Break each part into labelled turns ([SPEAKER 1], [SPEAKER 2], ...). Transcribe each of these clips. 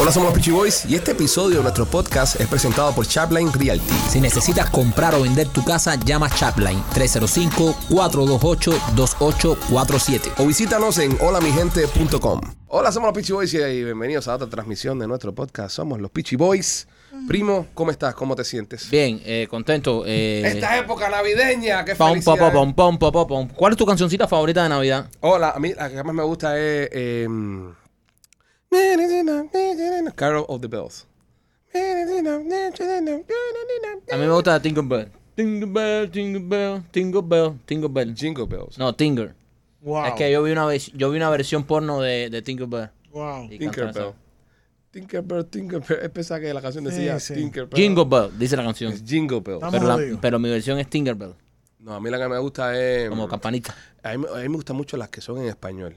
[SPEAKER 1] Hola, somos los Peachy Boys y este episodio de nuestro podcast es presentado por Chapline Realty.
[SPEAKER 2] Si necesitas comprar o vender tu casa, llama Chapline 305-428-2847.
[SPEAKER 1] O visítanos en holamigente.com. Hola, somos los Peachy Boys y bienvenidos a otra transmisión de nuestro podcast. Somos los Peachy Boys. Primo, ¿cómo estás? ¿Cómo te sientes?
[SPEAKER 2] Bien, eh, contento. eh,
[SPEAKER 1] Esta época navideña, qué
[SPEAKER 2] pom, pom,
[SPEAKER 1] felicidad.
[SPEAKER 2] pom, pom, pom, pom, pom. ¿Cuál es tu cancioncita favorita de Navidad?
[SPEAKER 1] Hola, a mí la que más me gusta es eh, Carol of the Bells.
[SPEAKER 2] A mí me gusta Tingle Bell. Tingle Bell, Tingle Bell, Tingle Bell, Tingle Bell.
[SPEAKER 1] Jingle Bells.
[SPEAKER 2] No, Tingle.
[SPEAKER 3] Wow.
[SPEAKER 2] Es que yo vi una, vez- yo vi una versión porno de, de Tingle Bell.
[SPEAKER 3] Wow.
[SPEAKER 2] Y cantan
[SPEAKER 1] Tinkerbell.
[SPEAKER 2] esa.
[SPEAKER 1] Tinkerbell, Tinkerbell. Es pensaba que la canción
[SPEAKER 3] Sí,
[SPEAKER 1] decía
[SPEAKER 3] sí.
[SPEAKER 1] Tinkerbell.
[SPEAKER 2] Jingle Bell, dice la
[SPEAKER 1] Es
[SPEAKER 2] canción.
[SPEAKER 1] Jingle Bell.
[SPEAKER 3] Estamos-
[SPEAKER 2] Pero, la-
[SPEAKER 3] jodidos.
[SPEAKER 2] pero mi versión es Tingle Bell,
[SPEAKER 1] No, a mí la que me gusta es...
[SPEAKER 2] como campanita.
[SPEAKER 1] A mí, me- a mí me gustan mucho las que son en español.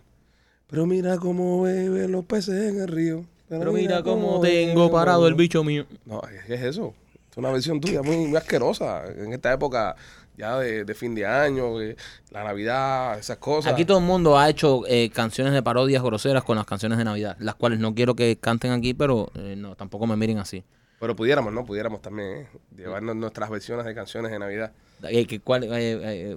[SPEAKER 1] Pero mira cómo beben los peces en el río.
[SPEAKER 2] Pero mira cómo tengo parado el bicho mío.
[SPEAKER 1] No, ¿qué es eso? Es una versión tuya muy, muy asquerosa. En esta época ya de, de fin de año, que la Navidad, esas cosas.
[SPEAKER 2] Aquí todo el mundo ha hecho eh, canciones de parodias groseras con las canciones de Navidad, las cuales no quiero que canten aquí, pero eh, no, tampoco me miren así.
[SPEAKER 1] Pero pudiéramos, ¿no? Pudiéramos también ¿eh? llevarnos nuestras versiones de canciones de Navidad.
[SPEAKER 2] Eh, que cuál, eh, eh, eh,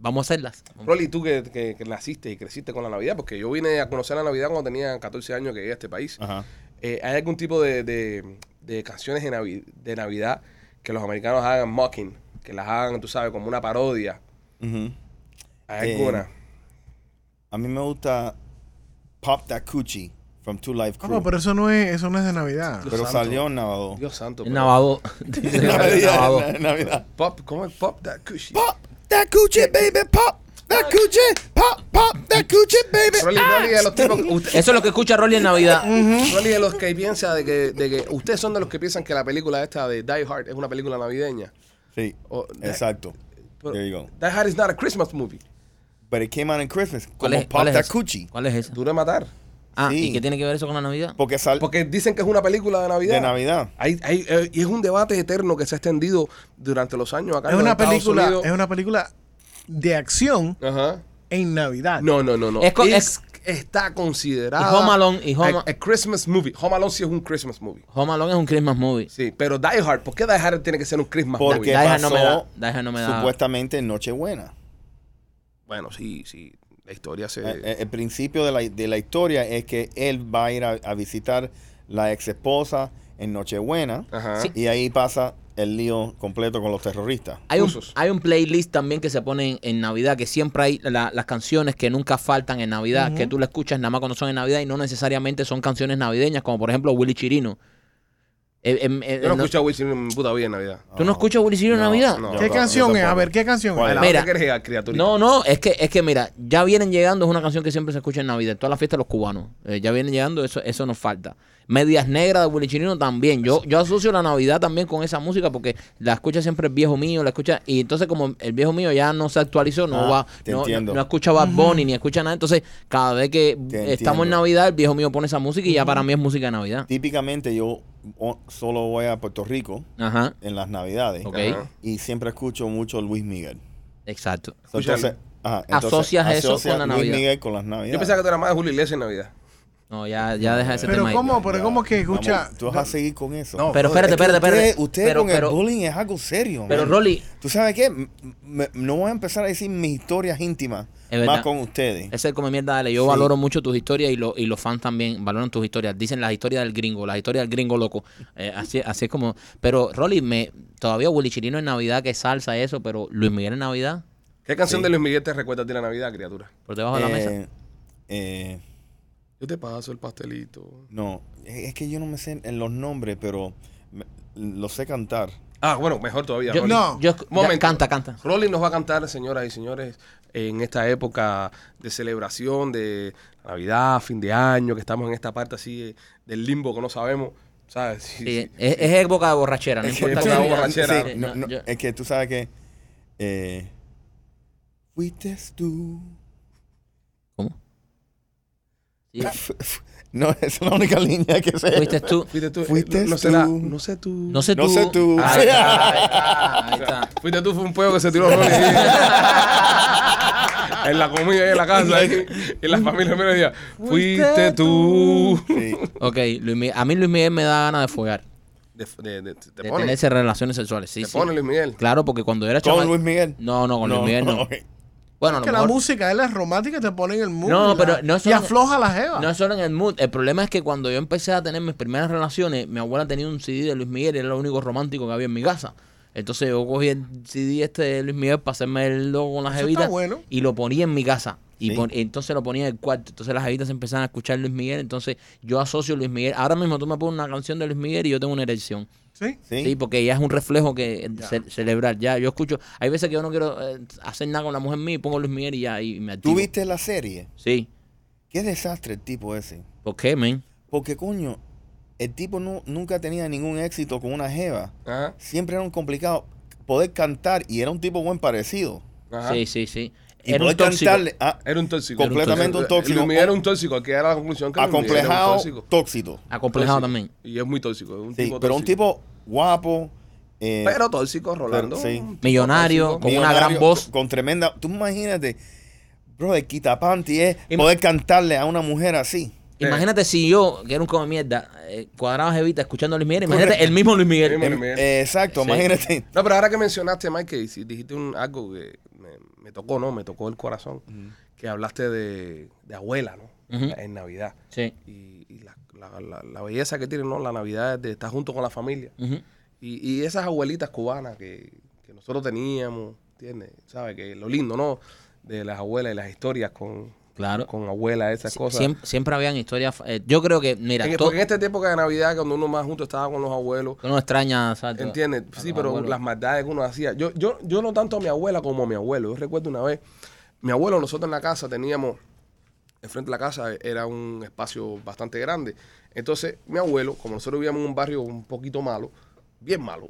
[SPEAKER 2] vamos a hacerlas.
[SPEAKER 1] Rolly, tú que, que- que naciste y creciste con la Navidad, porque yo vine a conocer la Navidad cuando tenía 14 años que llegué a este país.
[SPEAKER 4] Ajá.
[SPEAKER 1] Eh, ¿Hay algún tipo de, de- de canciones de, Navi- de Navidad que los americanos hagan mocking? Que las hagan, tú sabes, como una parodia.
[SPEAKER 4] Ujú.
[SPEAKER 1] ¿Hay
[SPEAKER 4] Eh,
[SPEAKER 1] alguna?
[SPEAKER 4] A mí me gusta Pop That Coochie from Two Life
[SPEAKER 3] Ah,
[SPEAKER 4] Crew.
[SPEAKER 3] no, pero eso no es, eso no es de Navidad.
[SPEAKER 4] Pero
[SPEAKER 1] santo.
[SPEAKER 4] salió en Navajo.
[SPEAKER 1] Dios santo.
[SPEAKER 2] El
[SPEAKER 1] pero-
[SPEAKER 2] Navajo. Dice el Navajo.
[SPEAKER 4] en Navidad.
[SPEAKER 1] Pop, ¿cómo es pop that cushy?
[SPEAKER 4] Pop That Coochie, baby, pop That Coochie, pop, pop That Coochie, baby. Ah.
[SPEAKER 1] Rolly, Rolly de los tipos, usted-
[SPEAKER 2] Eso es lo que escucha Rolly en Navidad.
[SPEAKER 1] Rolly de los que piensa de que, de que ustedes son de los que piensan que la película esta de Die Hard es una película navideña.
[SPEAKER 4] Sí,
[SPEAKER 1] Oh, that-
[SPEAKER 4] exacto. There you go.
[SPEAKER 1] Die Hard is not a Christmas movie.
[SPEAKER 4] But it came out in Christmas. Como
[SPEAKER 2] ¿Cuál es,
[SPEAKER 4] Pop
[SPEAKER 2] cuál es
[SPEAKER 4] That
[SPEAKER 2] esa?
[SPEAKER 4] Coochie.
[SPEAKER 2] ¿Cuál es esa?
[SPEAKER 1] Duro de matar.
[SPEAKER 2] Ah,
[SPEAKER 4] Sí.
[SPEAKER 2] ¿y qué tiene que ver eso con la Navidad?
[SPEAKER 4] Porque sal
[SPEAKER 1] Porque dicen que es una película de Navidad.
[SPEAKER 4] de Navidad.
[SPEAKER 1] Hay- hay- eh, y es un debate eterno que se ha extendido durante los años acá
[SPEAKER 3] Es
[SPEAKER 1] en los
[SPEAKER 3] una
[SPEAKER 1] Estados
[SPEAKER 3] película,
[SPEAKER 1] Unidos.
[SPEAKER 3] es una película de acción
[SPEAKER 1] Ajá.
[SPEAKER 3] en Navidad.
[SPEAKER 1] No, no, no, no.
[SPEAKER 2] Es con-
[SPEAKER 1] Es- está considerada.
[SPEAKER 2] Y Home Alone, y Home-
[SPEAKER 1] a, a Christmas movie. Home Alone sí es un Christmas movie.
[SPEAKER 2] Home Alone es un Christmas movie.
[SPEAKER 1] Sí, pero Die Hard, ¿por qué Die Hard tiene que ser un Christmas
[SPEAKER 4] Porque
[SPEAKER 1] movie?
[SPEAKER 2] Die Hard no me da,
[SPEAKER 4] pasó
[SPEAKER 2] Die Hard no me da.
[SPEAKER 4] supuestamente en Nochebuena.
[SPEAKER 1] Bueno, sí, sí. La historia se.
[SPEAKER 4] Eh, eh, El principio de la, de la historia es que él va a ir a, a visitar la ex esposa en Nochebuena.
[SPEAKER 1] Ajá.
[SPEAKER 2] Sí.
[SPEAKER 4] Y ahí pasa el lío completo con los terroristas.
[SPEAKER 2] Hay un,
[SPEAKER 1] Rusos.
[SPEAKER 2] hay un playlist también que se pone en, en Navidad, que siempre hay la- las canciones que nunca faltan en Navidad, que tú la escuchas nada más cuando son en Navidad y no necesariamente son canciones navideñas, como por ejemplo Willy Chirino. Eh, em, eh,
[SPEAKER 1] Yo no he
[SPEAKER 2] no-
[SPEAKER 1] escuchado a Will Smith en puta vida en Navidad.
[SPEAKER 2] ¿Tú no escuchas Willy Chirino en Navidad?
[SPEAKER 4] no.
[SPEAKER 3] ¿Qué
[SPEAKER 4] yo
[SPEAKER 3] canción es?
[SPEAKER 4] tampoco.
[SPEAKER 3] A ver, ¿qué canción
[SPEAKER 4] ¿Cuál
[SPEAKER 3] es?
[SPEAKER 4] es?
[SPEAKER 1] ¿A
[SPEAKER 2] Mira.
[SPEAKER 1] dónde quieres llegar, ah, criaturita?
[SPEAKER 2] No, no, es que, es que mira, ya vienen llegando, es una canción que siempre se escucha en Navidad, en todas las fiestas de los cubanos. Eh, ya vienen llegando, eso, eso nos falta. Medias negras de Willy Chirino también. Yo, yo asocio la Navidad también con esa música porque la escucha siempre el viejo mío, la escucha. Y entonces, como el viejo mío ya no se actualizó, no
[SPEAKER 4] Ah,
[SPEAKER 2] va,
[SPEAKER 4] te
[SPEAKER 2] no, no,
[SPEAKER 4] entiendo.
[SPEAKER 2] no escucha Bad Bunny, ni escucha nada. Entonces, cada vez que
[SPEAKER 4] Te
[SPEAKER 2] estamos en
[SPEAKER 4] entiendo.
[SPEAKER 2] Navidad, el viejo mío pone esa música y ya para mí es música de Navidad.
[SPEAKER 4] Típicamente yo o- solo voy a Puerto Rico
[SPEAKER 2] Ajá.
[SPEAKER 4] en las navidades
[SPEAKER 2] Ok.
[SPEAKER 1] Ajá.
[SPEAKER 4] y siempre escucho mucho Luis Miguel.
[SPEAKER 2] Exacto.
[SPEAKER 4] So,
[SPEAKER 1] Escucha,
[SPEAKER 4] entonces, ajá,
[SPEAKER 2] asocias eso
[SPEAKER 4] asocia
[SPEAKER 2] con la
[SPEAKER 4] Luis
[SPEAKER 2] Navidad.
[SPEAKER 4] Miguel con las navidades.
[SPEAKER 1] Yo pensaba que tú eras más de Julio Iglesias en Navidad.
[SPEAKER 2] No, ya, ya deja ese
[SPEAKER 3] Pero
[SPEAKER 2] tema ahí.
[SPEAKER 3] cómo, pero cómo que escucha.
[SPEAKER 4] Vamos, tú vas a seguir con eso.
[SPEAKER 1] No,
[SPEAKER 2] Pero espérate,
[SPEAKER 4] Es que
[SPEAKER 2] espérate, espérate.
[SPEAKER 4] Usted, usted
[SPEAKER 2] pero,
[SPEAKER 4] con
[SPEAKER 2] pero-
[SPEAKER 4] el bullying es algo serio.
[SPEAKER 2] pero
[SPEAKER 4] man.
[SPEAKER 2] Rolly,
[SPEAKER 4] ¿Tú sabes qué? M- me- no voy a empezar a decir mis historias íntimas
[SPEAKER 2] Es verdad.
[SPEAKER 4] más con ustedes.
[SPEAKER 2] Ese come mierda, dale. Yo
[SPEAKER 4] Sí.
[SPEAKER 2] valoro mucho tus historias y, lo- y los fans también valoran tus historias. Dicen las historias del gringo, las historias del gringo loco. Eh, así, así es como. Pero, Rolly, me, todavía Willy Chirino en Navidad, que salsa eso, pero Luis Miguel en Navidad,
[SPEAKER 1] ¿Qué canción
[SPEAKER 4] Sí.
[SPEAKER 1] de Luis Miguel te recuerda a ti la Navidad, criatura?
[SPEAKER 2] por debajo de la mesa.
[SPEAKER 4] Eh, eh,
[SPEAKER 1] Yo te paso el pastelito.
[SPEAKER 4] no, es es que yo no me sé en los nombres, pero me- lo sé cantar.
[SPEAKER 1] Ah, bueno, mejor todavía.
[SPEAKER 2] Yo-
[SPEAKER 1] Rolly.
[SPEAKER 3] no.
[SPEAKER 2] Yo- ya,
[SPEAKER 1] Momento.
[SPEAKER 2] canta, canta.
[SPEAKER 1] Rolly nos va a cantar, señoras y señores, en esta época de celebración, de Navidad, fin de año, que estamos en esta parte así de- del limbo que no sabemos, ¿sabes? Sí,
[SPEAKER 2] Sí,
[SPEAKER 1] sí.
[SPEAKER 2] Es, es época de borrachera, no
[SPEAKER 4] Es
[SPEAKER 2] importa.
[SPEAKER 4] que-
[SPEAKER 1] la
[SPEAKER 2] que-
[SPEAKER 1] borrachera.
[SPEAKER 4] Eh, sí,
[SPEAKER 2] Sí,
[SPEAKER 4] no,
[SPEAKER 2] no,
[SPEAKER 4] no,
[SPEAKER 2] yo-
[SPEAKER 4] Es que tú sabes que. eh, Fuiste tú.
[SPEAKER 2] ¿Cómo? Sí,
[SPEAKER 4] No, esa es la única línea que sé.
[SPEAKER 2] Fuiste tú.
[SPEAKER 1] Fuiste tú. eh,
[SPEAKER 4] Fuiste
[SPEAKER 1] no, no será-
[SPEAKER 4] tú.
[SPEAKER 1] no sé tú.
[SPEAKER 2] No sé tú.
[SPEAKER 4] No sé tú.
[SPEAKER 1] Ah,
[SPEAKER 2] Ahí está, ahí está, ahí está.
[SPEAKER 1] Fuiste tú, fue un pueblo que se tiró Rolly. en la comida y en la casa. y, y la familia me decía, fuiste tú.
[SPEAKER 4] Sí.
[SPEAKER 2] Ok, Luis Miguel- a mí Luis Miguel me da ganas de follar.
[SPEAKER 1] De, de- de- te
[SPEAKER 2] de
[SPEAKER 1] pone,
[SPEAKER 2] tener esas relaciones sexuales. Sí,
[SPEAKER 1] te
[SPEAKER 2] sí.
[SPEAKER 1] pone Luis Miguel.
[SPEAKER 2] Claro, porque cuando era
[SPEAKER 4] Con
[SPEAKER 2] chaval...
[SPEAKER 4] Luis Miguel.
[SPEAKER 2] No, no, con Luis Miguel no.
[SPEAKER 4] ok.
[SPEAKER 2] Bueno, a lo
[SPEAKER 3] que la
[SPEAKER 2] mejor-
[SPEAKER 3] música de las románticas te pone en el mood.
[SPEAKER 2] No,
[SPEAKER 3] y la-
[SPEAKER 2] pero no
[SPEAKER 3] Y
[SPEAKER 2] solo-
[SPEAKER 3] afloja la jeva.
[SPEAKER 2] No es solo en el mood. El problema es que cuando yo empecé a tener mis primeras relaciones, mi abuela tenía un CD de Luis Miguel, era lo único romántico que había en mi casa. Entonces yo cogí el CD este de Luis Miguel para hacerme el logo con las
[SPEAKER 3] Eso
[SPEAKER 2] jevitas
[SPEAKER 3] está bueno.
[SPEAKER 2] y lo ponía en mi casa. Y
[SPEAKER 4] Sí.
[SPEAKER 2] pon- entonces lo ponía en el cuarto. Entonces las jevitas empezaban a escuchar Luis Miguel. Entonces yo asocio Luis Miguel. Ahora mismo tú me pones una canción de Luis Miguel y yo tengo una erección.
[SPEAKER 3] Sí.
[SPEAKER 2] Sí,
[SPEAKER 4] Sí.
[SPEAKER 2] pues, porque ya es un reflejo que ce- celebrar. Ya yo escucho. Hay veces que yo no quiero eh, hacer nada con la mujer mía y pongo Luis Miguel y ya y me activo.
[SPEAKER 4] ¿Tú viste la serie?
[SPEAKER 2] Sí.
[SPEAKER 4] Qué desastre el tipo ese.
[SPEAKER 2] ¿Por qué, men?
[SPEAKER 4] Porque, coño, el tipo nu- nunca tenía ningún éxito con una jeva.
[SPEAKER 1] Ajá,
[SPEAKER 4] Siempre era un complicado poder cantar y era un tipo buen parecido.
[SPEAKER 1] ajá.
[SPEAKER 2] Sí, sí, sí.
[SPEAKER 4] Y
[SPEAKER 2] Era un
[SPEAKER 4] poder
[SPEAKER 2] tóxico.
[SPEAKER 4] cantarle ah,
[SPEAKER 1] Era un tóxico.
[SPEAKER 4] Completamente un tóxico.
[SPEAKER 1] Luis Miguel era un tóxico. Aquí era la conclusión que Luis Miguel era un
[SPEAKER 4] acomplejado,
[SPEAKER 1] tóxico.
[SPEAKER 4] tóxico.
[SPEAKER 2] Acomplejado
[SPEAKER 1] Tóxico.
[SPEAKER 2] también.
[SPEAKER 1] Y es muy tóxico. es Un
[SPEAKER 4] Sí,
[SPEAKER 1] tipo
[SPEAKER 4] pero un
[SPEAKER 1] tóxico.
[SPEAKER 4] tipo guapo. eh,
[SPEAKER 1] Pero tóxico, Rolando.
[SPEAKER 4] sí.
[SPEAKER 1] un tipo
[SPEAKER 2] Millonario,
[SPEAKER 1] tóxico.
[SPEAKER 2] con una
[SPEAKER 4] millonario,
[SPEAKER 2] gran voz.
[SPEAKER 4] Con, con tremenda. Tú imagínate, bro, el quitapanti es
[SPEAKER 2] Im-
[SPEAKER 4] poder cantarle a una mujer así.
[SPEAKER 1] eh.
[SPEAKER 2] Imagínate si yo, que era un come mierda, eh, cuadraba jevita escuchando a Luis Miguel, imagínate el mismo Luis Miguel.
[SPEAKER 1] El mismo Luis
[SPEAKER 2] Em-
[SPEAKER 1] Miguel.
[SPEAKER 4] Eh, exacto,
[SPEAKER 2] Sí.
[SPEAKER 4] imagínate.
[SPEAKER 1] No, pero ahora que mencionaste, Mike, y si dijiste un, algo que me, me tocó, ¿no? Me tocó el corazón. Que hablaste de, de abuela, ¿no?
[SPEAKER 2] Ujú.
[SPEAKER 1] En Navidad.
[SPEAKER 2] Sí.
[SPEAKER 1] Y, y la, la- la- la belleza que tiene, ¿no? La Navidad de estar junto con la familia.
[SPEAKER 2] Ujú.
[SPEAKER 1] Y, y esas abuelitas cubanas que, que nosotros teníamos, ¿entiendes? ¿Sabes? Que lo lindo, ¿no? De las abuelas y las historias con,
[SPEAKER 2] Claro.
[SPEAKER 1] con abuelas, esas cosas.
[SPEAKER 2] Siem- siempre habían historias. eh, yo creo que, mira,
[SPEAKER 1] En,
[SPEAKER 2] todo,
[SPEAKER 1] porque en esta época de Navidad, cuando uno más junto estaba con los abuelos,
[SPEAKER 2] uno extraña. exacto,
[SPEAKER 1] ¿Entiendes?
[SPEAKER 2] a
[SPEAKER 1] Sí,
[SPEAKER 2] los
[SPEAKER 1] pero
[SPEAKER 2] abuelos.
[SPEAKER 1] las maldades que uno hacía. Yo, yo, yo no tanto a mi abuela como a mi abuelo. Yo recuerdo una vez, mi abuelo, nosotros en la casa teníamos, enfrente de la casa era un espacio bastante grande. Entonces, mi abuelo, como nosotros vivíamos en un barrio un poquito malo, bien malo,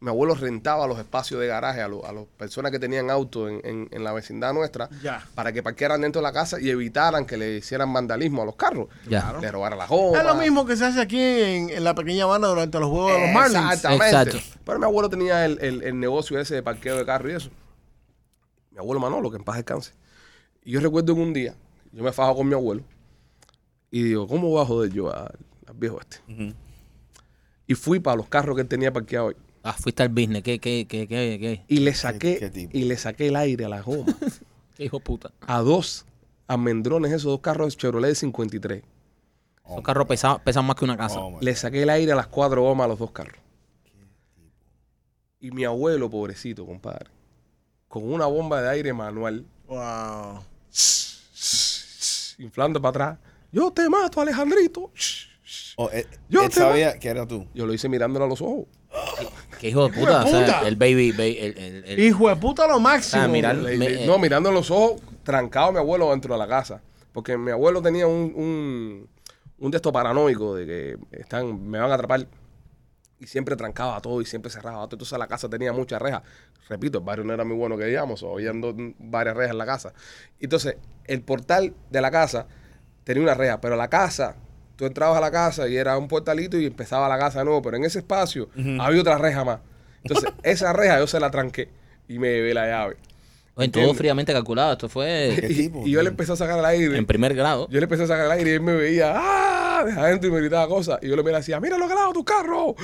[SPEAKER 1] mi abuelo rentaba los espacios de garaje a, los- a las personas que tenían auto en, en- en la vecindad nuestra
[SPEAKER 3] Ya.
[SPEAKER 1] para que parquearan dentro de la casa y evitaran que le hicieran vandalismo a los carros.
[SPEAKER 2] Ya.
[SPEAKER 1] Le robaran las jodas.
[SPEAKER 3] Es lo mismo que se hace aquí en, en la pequeña Habana durante los juegos de los Marlins.
[SPEAKER 1] Eh, Exactamente.
[SPEAKER 2] Exacto.
[SPEAKER 1] Pero mi abuelo tenía el, el- el negocio ese de parqueo de carro y eso. Mi abuelo Manolo, que en paz descanse. Y yo recuerdo que un día, yo me fajo con mi abuelo y digo, ¿cómo voy a joder yo al, al viejo este? Y fui para los carros que él tenía parqueado ahí.
[SPEAKER 2] Ah, fuiste al business. ¿Qué, qué, qué, qué, qué?
[SPEAKER 1] Y le saqué,
[SPEAKER 4] qué tipo?
[SPEAKER 1] y le saqué el aire a la goma.
[SPEAKER 2] qué hijo de puta?
[SPEAKER 1] a dos almendrones, esos dos carros Chevrolet de 53.
[SPEAKER 2] Esos carros pesados- pesan más que una casa.
[SPEAKER 4] Oh, my
[SPEAKER 1] Le saqué el aire a las cuatro gomas a los dos carros. Y mi abuelo, pobrecito, compadre, con una bomba de aire manual,
[SPEAKER 3] Wow.
[SPEAKER 1] inflando para atrás, yo te mato, Alejandrito.
[SPEAKER 4] Oh, él,
[SPEAKER 1] Yo
[SPEAKER 4] él
[SPEAKER 1] te-
[SPEAKER 4] sabía que era tú.
[SPEAKER 1] Yo lo hice mirándolo a los ojos.
[SPEAKER 2] ¿Qué hijo de
[SPEAKER 3] de
[SPEAKER 2] puta? O sea,
[SPEAKER 3] puta.
[SPEAKER 2] el baby. ba- el, el- el-
[SPEAKER 3] Hijo de puta lo máximo.
[SPEAKER 2] Ah, mira,
[SPEAKER 1] Le-
[SPEAKER 2] Me-
[SPEAKER 1] le-
[SPEAKER 2] eh.
[SPEAKER 1] no, mirando a los ojos, trancado a mi abuelo dentro de la casa. Porque mi abuelo tenía un, un, un texto paranoico de que están, me van a atrapar. Y siempre trancaba todo y siempre cerraba todo. Entonces la casa tenía muchas rejas. Repito, el barrio no era muy bueno que digamos. o Habían dos- varias rejas en la casa. Entonces, el portal de la casa tenía una reja, pero la casa, tú entrabas a la casa y era un portalito y empezaba la casa de nuevo. Pero en ese espacio había otra reja más. Entonces, esa reja yo se la tranqué y me llevé la llave.
[SPEAKER 2] Oye, todo
[SPEAKER 1] entiendo.
[SPEAKER 2] fríamente calculado. Esto fue
[SPEAKER 4] ¿Qué
[SPEAKER 1] Y,
[SPEAKER 4] tipo?
[SPEAKER 1] y yo le empecé a sacar el aire.
[SPEAKER 2] en primer grado.
[SPEAKER 1] Yo le empecé a sacar el aire y él me veía ¡ah! desde adentro y me gritaba cosas. Y yo le miraba y decía, mira lo que le ha dado tu carro.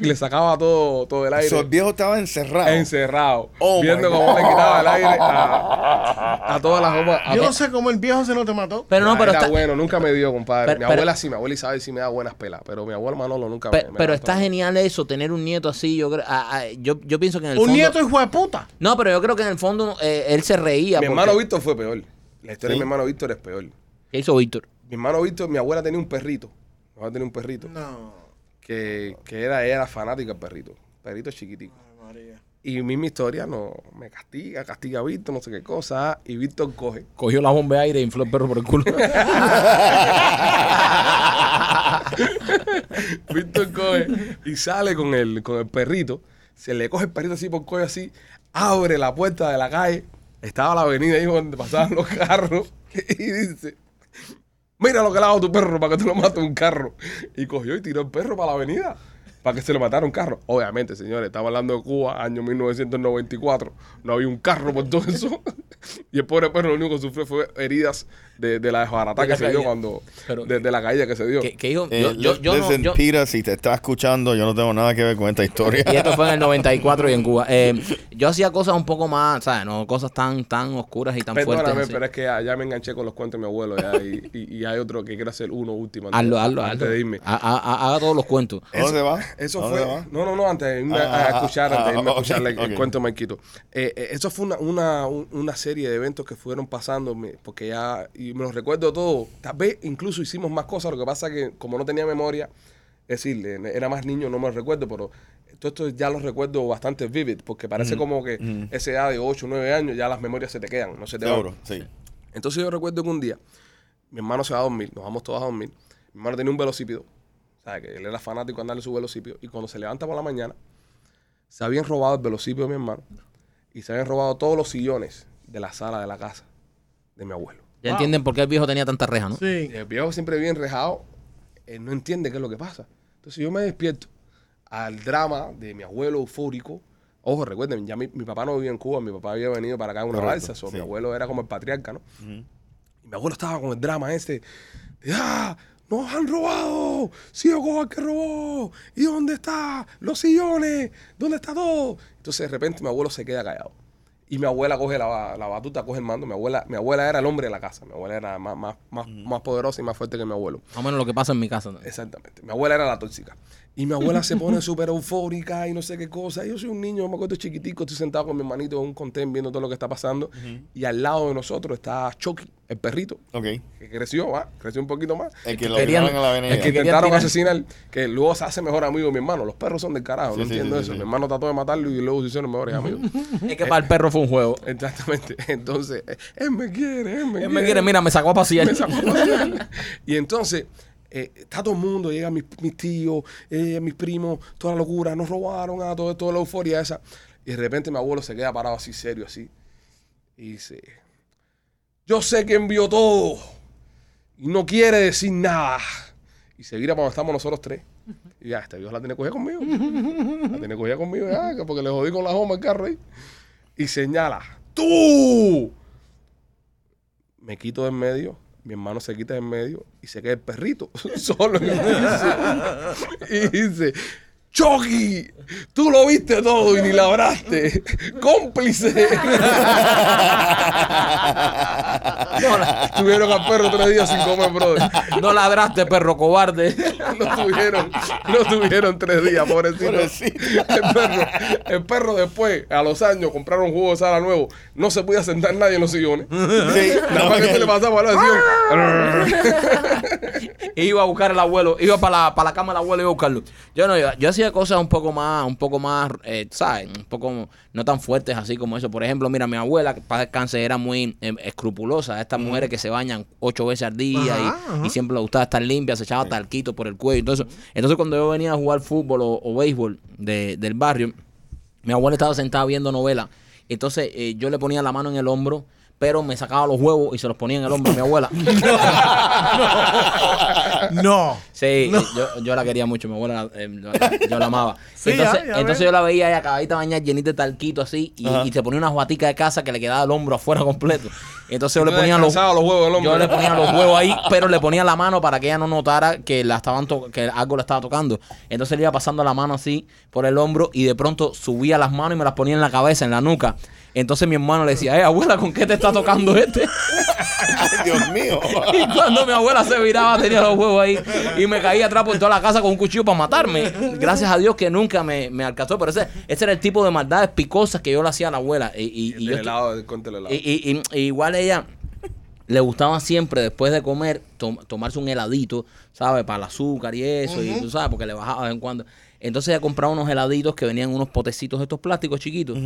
[SPEAKER 1] Y le sacaba todo, todo el aire.
[SPEAKER 4] So, el viejo estaba encerrado.
[SPEAKER 1] encerrado.
[SPEAKER 4] Oh,
[SPEAKER 1] viendo
[SPEAKER 4] my
[SPEAKER 1] cómo le quitaba el aire a, a todas las gomas. A
[SPEAKER 3] Yo no
[SPEAKER 1] to-
[SPEAKER 3] sé cómo el viejo se no te mató.
[SPEAKER 2] Pero no,
[SPEAKER 1] Ah,
[SPEAKER 2] pero
[SPEAKER 1] era
[SPEAKER 2] está,
[SPEAKER 1] bueno, nunca me dio, compadre.
[SPEAKER 2] Pero-
[SPEAKER 1] mi
[SPEAKER 2] pero-
[SPEAKER 1] abuela sí, mi abuela Isabel sí me da buenas pelas, pero mi abuelo Manolo nunca
[SPEAKER 2] Pe-
[SPEAKER 1] me,
[SPEAKER 2] Pero,
[SPEAKER 1] me da
[SPEAKER 2] está
[SPEAKER 1] todo.
[SPEAKER 2] genial eso, tener un nieto así. Yo, creo- ah, ah, yo, yo pienso que en el
[SPEAKER 3] un
[SPEAKER 2] fondo.
[SPEAKER 3] nieto hijo de puta.
[SPEAKER 2] No, pero yo creo que en el fondo eh, él se reía.
[SPEAKER 1] Mi
[SPEAKER 2] porque-
[SPEAKER 1] hermano Víctor fue peor. La historia
[SPEAKER 4] Sí.
[SPEAKER 1] de mi hermano Víctor es peor.
[SPEAKER 2] ¿Qué hizo Víctor?
[SPEAKER 1] Mi hermano Víctor, mi abuela tenía un perrito. Mi abuela tenía un perrito.
[SPEAKER 3] No.
[SPEAKER 1] que, que era, ella era fanática del perrito, perrito chiquitico.
[SPEAKER 3] Ay, María.
[SPEAKER 1] Y misma historia, no, me castiga, castiga a Víctor, no sé qué cosa, y Víctor coge.
[SPEAKER 2] Cogió la bomba de aire e infló el perro por el culo.
[SPEAKER 1] Víctor coge y sale con el, con el perrito, se le coge el perrito así por cuello así, abre la puerta de la calle, estaba la avenida ahí donde pasaban los carros, y dice, mira lo que le ha dado tu perro para que te lo mate un carro. Y cogió y tiró el perro para la avenida. Para que se lo matara un carro. Obviamente, señores, estamos hablando de Cuba, año 1994. No había un carro por todo eso. Y el pobre perro lo único que sufrió fue heridas de, de la desbarata
[SPEAKER 2] De la
[SPEAKER 1] que se dio
[SPEAKER 2] caída.
[SPEAKER 1] cuando.
[SPEAKER 2] Pero-
[SPEAKER 1] de, de la caída que se dio.
[SPEAKER 2] Que, que hijo,
[SPEAKER 4] Eh,
[SPEAKER 2] yo, yo, yo, no,
[SPEAKER 4] listen,
[SPEAKER 2] yo-
[SPEAKER 4] Pira, si te está escuchando, yo no tengo nada que ver con esta historia.
[SPEAKER 2] Y esto fue en el 94 y en Cuba. Eh, yo hacía cosas un poco más, ¿sabes? No cosas tan, tan oscuras y tan
[SPEAKER 1] Perdóname,
[SPEAKER 2] fuertes. así.
[SPEAKER 1] pero es que ya, ya me enganché con los cuentos de mi abuelo ya, y, y- y hay otro que quiero hacer uno último. antes-
[SPEAKER 2] Hazlo, hazlo,
[SPEAKER 1] antes
[SPEAKER 2] hazlo.
[SPEAKER 1] de irme.
[SPEAKER 2] Ha- ha- ha- Haga todos los cuentos.
[SPEAKER 4] ¿A ¿Dónde va?
[SPEAKER 1] Ah, Eso
[SPEAKER 4] ¿A dónde
[SPEAKER 1] fue.
[SPEAKER 4] va?
[SPEAKER 1] No, no, no, antes de irme
[SPEAKER 4] Ah,
[SPEAKER 1] a
[SPEAKER 4] ah,
[SPEAKER 1] escuchar, antes de irme a
[SPEAKER 4] ah, ok,
[SPEAKER 1] escuchar el, el
[SPEAKER 4] ok.
[SPEAKER 1] cuento de Marquito. Eh, eh, eso fue una, una, un- una serie de eventos que fueron pasando, me- porque ya. Y me los recuerdo todo. Tal vez incluso hicimos más cosas, lo que pasa que como no tenía memoria, es decir, eh, era más niño, no me lo recuerdo, pero. Todo esto ya lo recuerdo bastante vivid, porque parece
[SPEAKER 4] Mm.
[SPEAKER 1] como que esa edad de 8 o 9 años ya las memorias se te quedan, no se te van.
[SPEAKER 4] Seguro, sí.
[SPEAKER 1] Entonces yo recuerdo que un día mi hermano se va a dormir, nos vamos todos a dormir. Mi hermano tenía un velocípido, o sea, que él era fanático de andarle su velocípido. Y cuando se levanta por la mañana, se habían robado el velocípido de mi hermano y se habían robado todos los sillones de la sala de la casa de mi abuelo.
[SPEAKER 2] Ya entienden por qué el viejo tenía tanta reja, ¿no?
[SPEAKER 3] Sí.
[SPEAKER 1] Y el viejo siempre bien rejado, él no entiende qué es lo que pasa. Entonces yo me despierto al drama de mi abuelo eufórico. Ojo, recuerden, ya mi, mi papá no vivía en Cuba, mi papá había venido para acá en una
[SPEAKER 4] Correcto,
[SPEAKER 1] balsa, so,
[SPEAKER 4] sí.
[SPEAKER 1] mi abuelo era como el patriarca, ¿no? Y mi abuelo estaba con el drama ese. de, ¡Ah! ¡Nos han robado! ¡Sigo con el que robó! ¿Y dónde está? ¡Los sillones! ¿Dónde está todo? Entonces de repente mi abuelo se queda callado. Y mi abuela coge la, ba- la batuta, coge el mando. Mi abuela, mi abuela era el hombre de la casa. Mi abuela era más, más, más, más poderosa y más fuerte que mi abuelo.
[SPEAKER 2] Más o menos lo que pasa en mi casa. ¿no?
[SPEAKER 1] Exactamente. Mi abuela era la tóxica. Y mi abuela se pone súper eufórica y no sé qué cosa. Yo soy un niño, me acuerdo chiquitico, estoy sentado con mi hermanito en un contén viendo todo lo que está pasando. Y al lado de nosotros está Chucky, el perrito,
[SPEAKER 4] Ok.
[SPEAKER 1] que creció, ¿va? creció un poquito más.
[SPEAKER 4] El que lo
[SPEAKER 2] querían-
[SPEAKER 4] vieron en
[SPEAKER 1] El
[SPEAKER 4] la avenida.
[SPEAKER 1] que
[SPEAKER 2] querían
[SPEAKER 1] intentaron
[SPEAKER 2] tirar-
[SPEAKER 1] asesinar, que luego se hace mejor amigo de mi hermano. Los perros son del carajo,
[SPEAKER 4] Sí,
[SPEAKER 1] no
[SPEAKER 4] sí,
[SPEAKER 1] entiendo
[SPEAKER 4] sí,
[SPEAKER 1] eso.
[SPEAKER 4] sí.
[SPEAKER 1] Mi hermano trató de matarlo y luego se hicieron mejores amigos.
[SPEAKER 2] Es que para el perro fue un juego.
[SPEAKER 1] Exactamente. Entonces, eh, él me quiere, él me
[SPEAKER 2] Él
[SPEAKER 1] quiere.
[SPEAKER 2] me quiere, mira, me sacó a pasear.
[SPEAKER 1] Me sacó a pasear. y entonces, eh, está todo el mundo, llegan mis, mis tíos, eh, mis primos, toda la locura, nos robaron, ah, todo, toda la euforia esa. Y de repente mi abuelo se queda parado así, serio, así. Y dice, yo sé quién vio todo. Y no quiere decir nada. Y se vira cuando estamos nosotros tres. Y ya, este Dios la tiene cogida conmigo. La tiene cogida conmigo, ya, que porque le jodí con la joma el carro ahí. Y señala, ¡tú! me quito de en medio, mi hermano se quita de en medio y se queda el perrito solo en el piso. Y dice, Chucky, tú lo viste todo y ni labraste. Cómplice. Tuvieron al perro tres días sin comer, brother.
[SPEAKER 2] No ladraste, perro cobarde.
[SPEAKER 1] No tuvieron, no tuvieron tres días, pobrecito.
[SPEAKER 4] Pobrecito.
[SPEAKER 1] El perro, el perro después, a los años, compraron un juego de sala nuevo. No se podía sentar nadie en los sillones.
[SPEAKER 4] Sí,
[SPEAKER 1] Nada más que se le pasaba a la sillón.
[SPEAKER 2] Iba a buscar al abuelo, iba para la, para la cama del abuelo y iba a buscarlo. Yo no iba, yo hacía cosas un poco más, un poco más, eh, ¿sabes? Un poco no tan fuertes así como eso. Por ejemplo, mira, mi abuela, que para descanse, era muy eh, escrupulosa. Estas mujeres que se bañan ocho veces al día y,
[SPEAKER 3] Ajá, ajá.
[SPEAKER 2] y siempre le gustaba estar limpia, se echaba talquito por el cuello y todo eso. Entonces, cuando yo venía a jugar fútbol o, o béisbol de- del barrio, mi abuela estaba sentada viendo novela. Entonces eh, yo le ponía la mano en el hombro, pero me sacaba los huevos y se los ponía en el hombro a mi abuela.
[SPEAKER 3] No.
[SPEAKER 2] Sí, yo, yo la quería mucho, mi abuela, eh, yo, yo la amaba.
[SPEAKER 3] Sí, ya,
[SPEAKER 2] entonces
[SPEAKER 3] ya veo.
[SPEAKER 2] entonces yo la veía ella acabadita de bañar llenita de talquito así y,
[SPEAKER 4] Ajá.
[SPEAKER 2] y se ponía una guatica de casa que le quedaba el hombro afuera completo. Entonces yo le
[SPEAKER 1] Entonces,
[SPEAKER 2] ponía los,
[SPEAKER 1] descansaba los huevos del hombre.
[SPEAKER 2] yo le ponía los huevos ahí, pero le ponía la mano para que ella no notara que la estaban to- que algo la estaba tocando. Entonces le iba pasando la mano así por el hombro y de pronto subía las manos y me las ponía en la cabeza, en la nuca. Entonces mi hermano le decía, eh, abuela, ¿con qué te está tocando este?
[SPEAKER 4] Ay, Dios mío.
[SPEAKER 2] Y cuando mi abuela se viraba, tenía los huevos ahí. Y me caía atrás por toda la casa con un cuchillo para matarme. Gracias a Dios que nunca me, me alcanzó. Pero ese, ese era el tipo de maldades picosas que yo le hacía a la abuela. Y, y- y
[SPEAKER 1] Y del
[SPEAKER 2] yo estoy-
[SPEAKER 1] helado, del conte del helado.
[SPEAKER 2] y, y- y- y igual ella le gustaba siempre después de comer tom- tomarse un heladito, ¿sabes? Para el azúcar y eso, y tú sabes, porque le bajaba de vez en cuando. Entonces ella compraba unos heladitos que venían en unos potecitos estos plásticos chiquitos.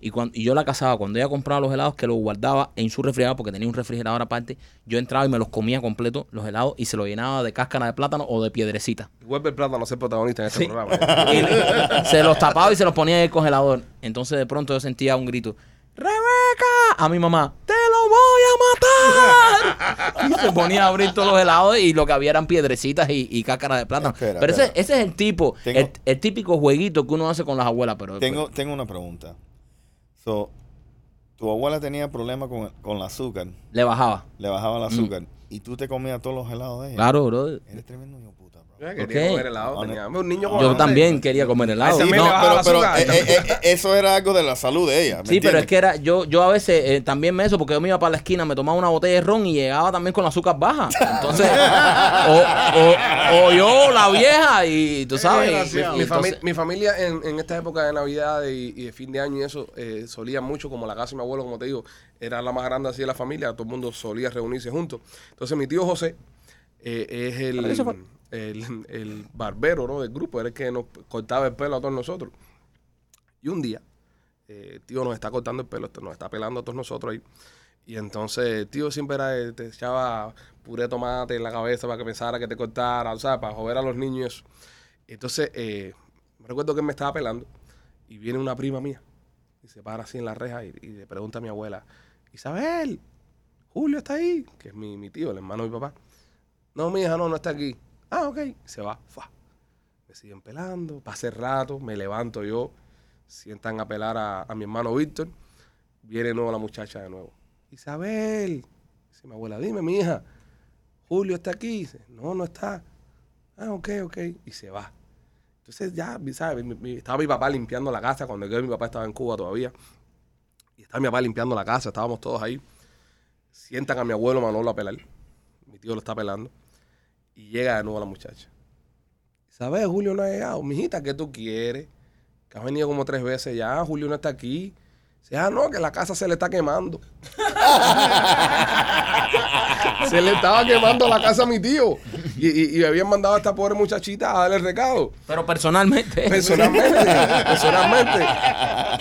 [SPEAKER 2] y, cuan- y yo la casaba. Cuando ella compraba los helados, que los guardaba en su refrigerador, porque tenía un refrigerador aparte, yo entraba y me los comía completo, los helados, y se los llenaba de cáscara de plátano o de piedrecita.
[SPEAKER 1] Vuelve el plátano a ser protagonista en este programa.
[SPEAKER 2] Y le- se los tapaba y se los ponía en el congelador. Entonces de pronto yo sentía un grito. Rebeca, a mi mamá, te lo voy a matar. Y se ponía a abrir todos los helados y lo que había eran piedrecitas y, y cáscara de plátano.
[SPEAKER 4] Espera,
[SPEAKER 2] pero ese,
[SPEAKER 4] espera.
[SPEAKER 2] ese es el tipo,
[SPEAKER 4] Tengo-
[SPEAKER 2] el, el típico jueguito que uno hace con las abuelas. Pero
[SPEAKER 4] Tengo, tengo una pregunta. So, tu abuela tenía problemas con, con el azúcar,
[SPEAKER 2] Le bajaba.
[SPEAKER 4] le bajaba el azúcar, y tú te comías todos los helados de ella.
[SPEAKER 2] Claro, brother.
[SPEAKER 4] Eres tremendo hijo de puta, bro.
[SPEAKER 1] Yo
[SPEAKER 2] Ok.
[SPEAKER 1] quería comer helado. tenía hambre, un niño con
[SPEAKER 2] Yo
[SPEAKER 1] hambre.
[SPEAKER 2] también quería comer helado.
[SPEAKER 1] Ese
[SPEAKER 2] No,
[SPEAKER 1] le bajaba
[SPEAKER 4] pero,
[SPEAKER 1] el
[SPEAKER 4] pero
[SPEAKER 1] azúcar.
[SPEAKER 4] eh, eh, eh, eso era algo de la salud de ella. ¿me
[SPEAKER 2] Sí, pero
[SPEAKER 4] entiendes?
[SPEAKER 2] es que era, yo, yo a veces eh, también me eso, porque yo me iba para la esquina, me tomaba una botella de ron y llegaba también con la azúcar baja. Entonces, o, o- o yo la vieja y tú sabes. y-
[SPEAKER 1] Mi,
[SPEAKER 3] desgraciado.
[SPEAKER 2] y
[SPEAKER 1] mi
[SPEAKER 2] entonces-
[SPEAKER 1] fami- mi familia en, en esta época de Navidad y, y de fin de año y eso eh, solía mucho, como la casa de mi abuelo, como te digo, era la más grande así de la familia, todo el mundo solía reunirse juntos. Entonces mi tío José eh, es el, el, el barbero ¿no? del grupo, era el que nos cortaba el pelo a todos nosotros. Y un día, eh, el tío nos está cortando el pelo, nos está pelando a todos nosotros ahí. Y entonces el tío siempre era, de- te echaba puré de tomate en la cabeza para que pensara que te cortara, o sea, para joder a los niños y eso. Entonces, eh, me recuerdo que él me estaba pelando y viene una prima mía y se para así en la reja y, y le pregunta a mi abuela, Isabel, Julio está ahí, que es mi, mi tío, el hermano de mi papá. No, mi hija, no, no está aquí. Ah, ok. Se va. Fua. Me siguen pelando, pasa el rato, me levanto yo, sientan a pelar a, a mi hermano Víctor, viene de nuevo la muchacha de nuevo. Isabel, dice mi abuela, dime, mi hija, Julio está aquí. Dice, no, no está. Ah, ok, ok. Y se va. Entonces ya, ¿sabes? Mi- mi- estaba mi papá limpiando la casa cuando yo mi papá estaba en Cuba todavía. Y estaba mi papá limpiando la casa, estábamos todos ahí. Sientan a mi abuelo Manolo a pelar. Mi tío lo está pelando. Y llega de nuevo la muchacha. ¿Sabes? Julio no ha llegado. Mijita, ¿qué tú quieres? Que has venido como tres veces ya. Julio no está aquí. Dice, ah, no, que la casa se le está quemando. se le estaba quemando la casa a mi tío. Y, y, y habían mandado a esta pobre muchachita a darle el recado.
[SPEAKER 2] pero personalmente.
[SPEAKER 1] Personalmente, personalmente.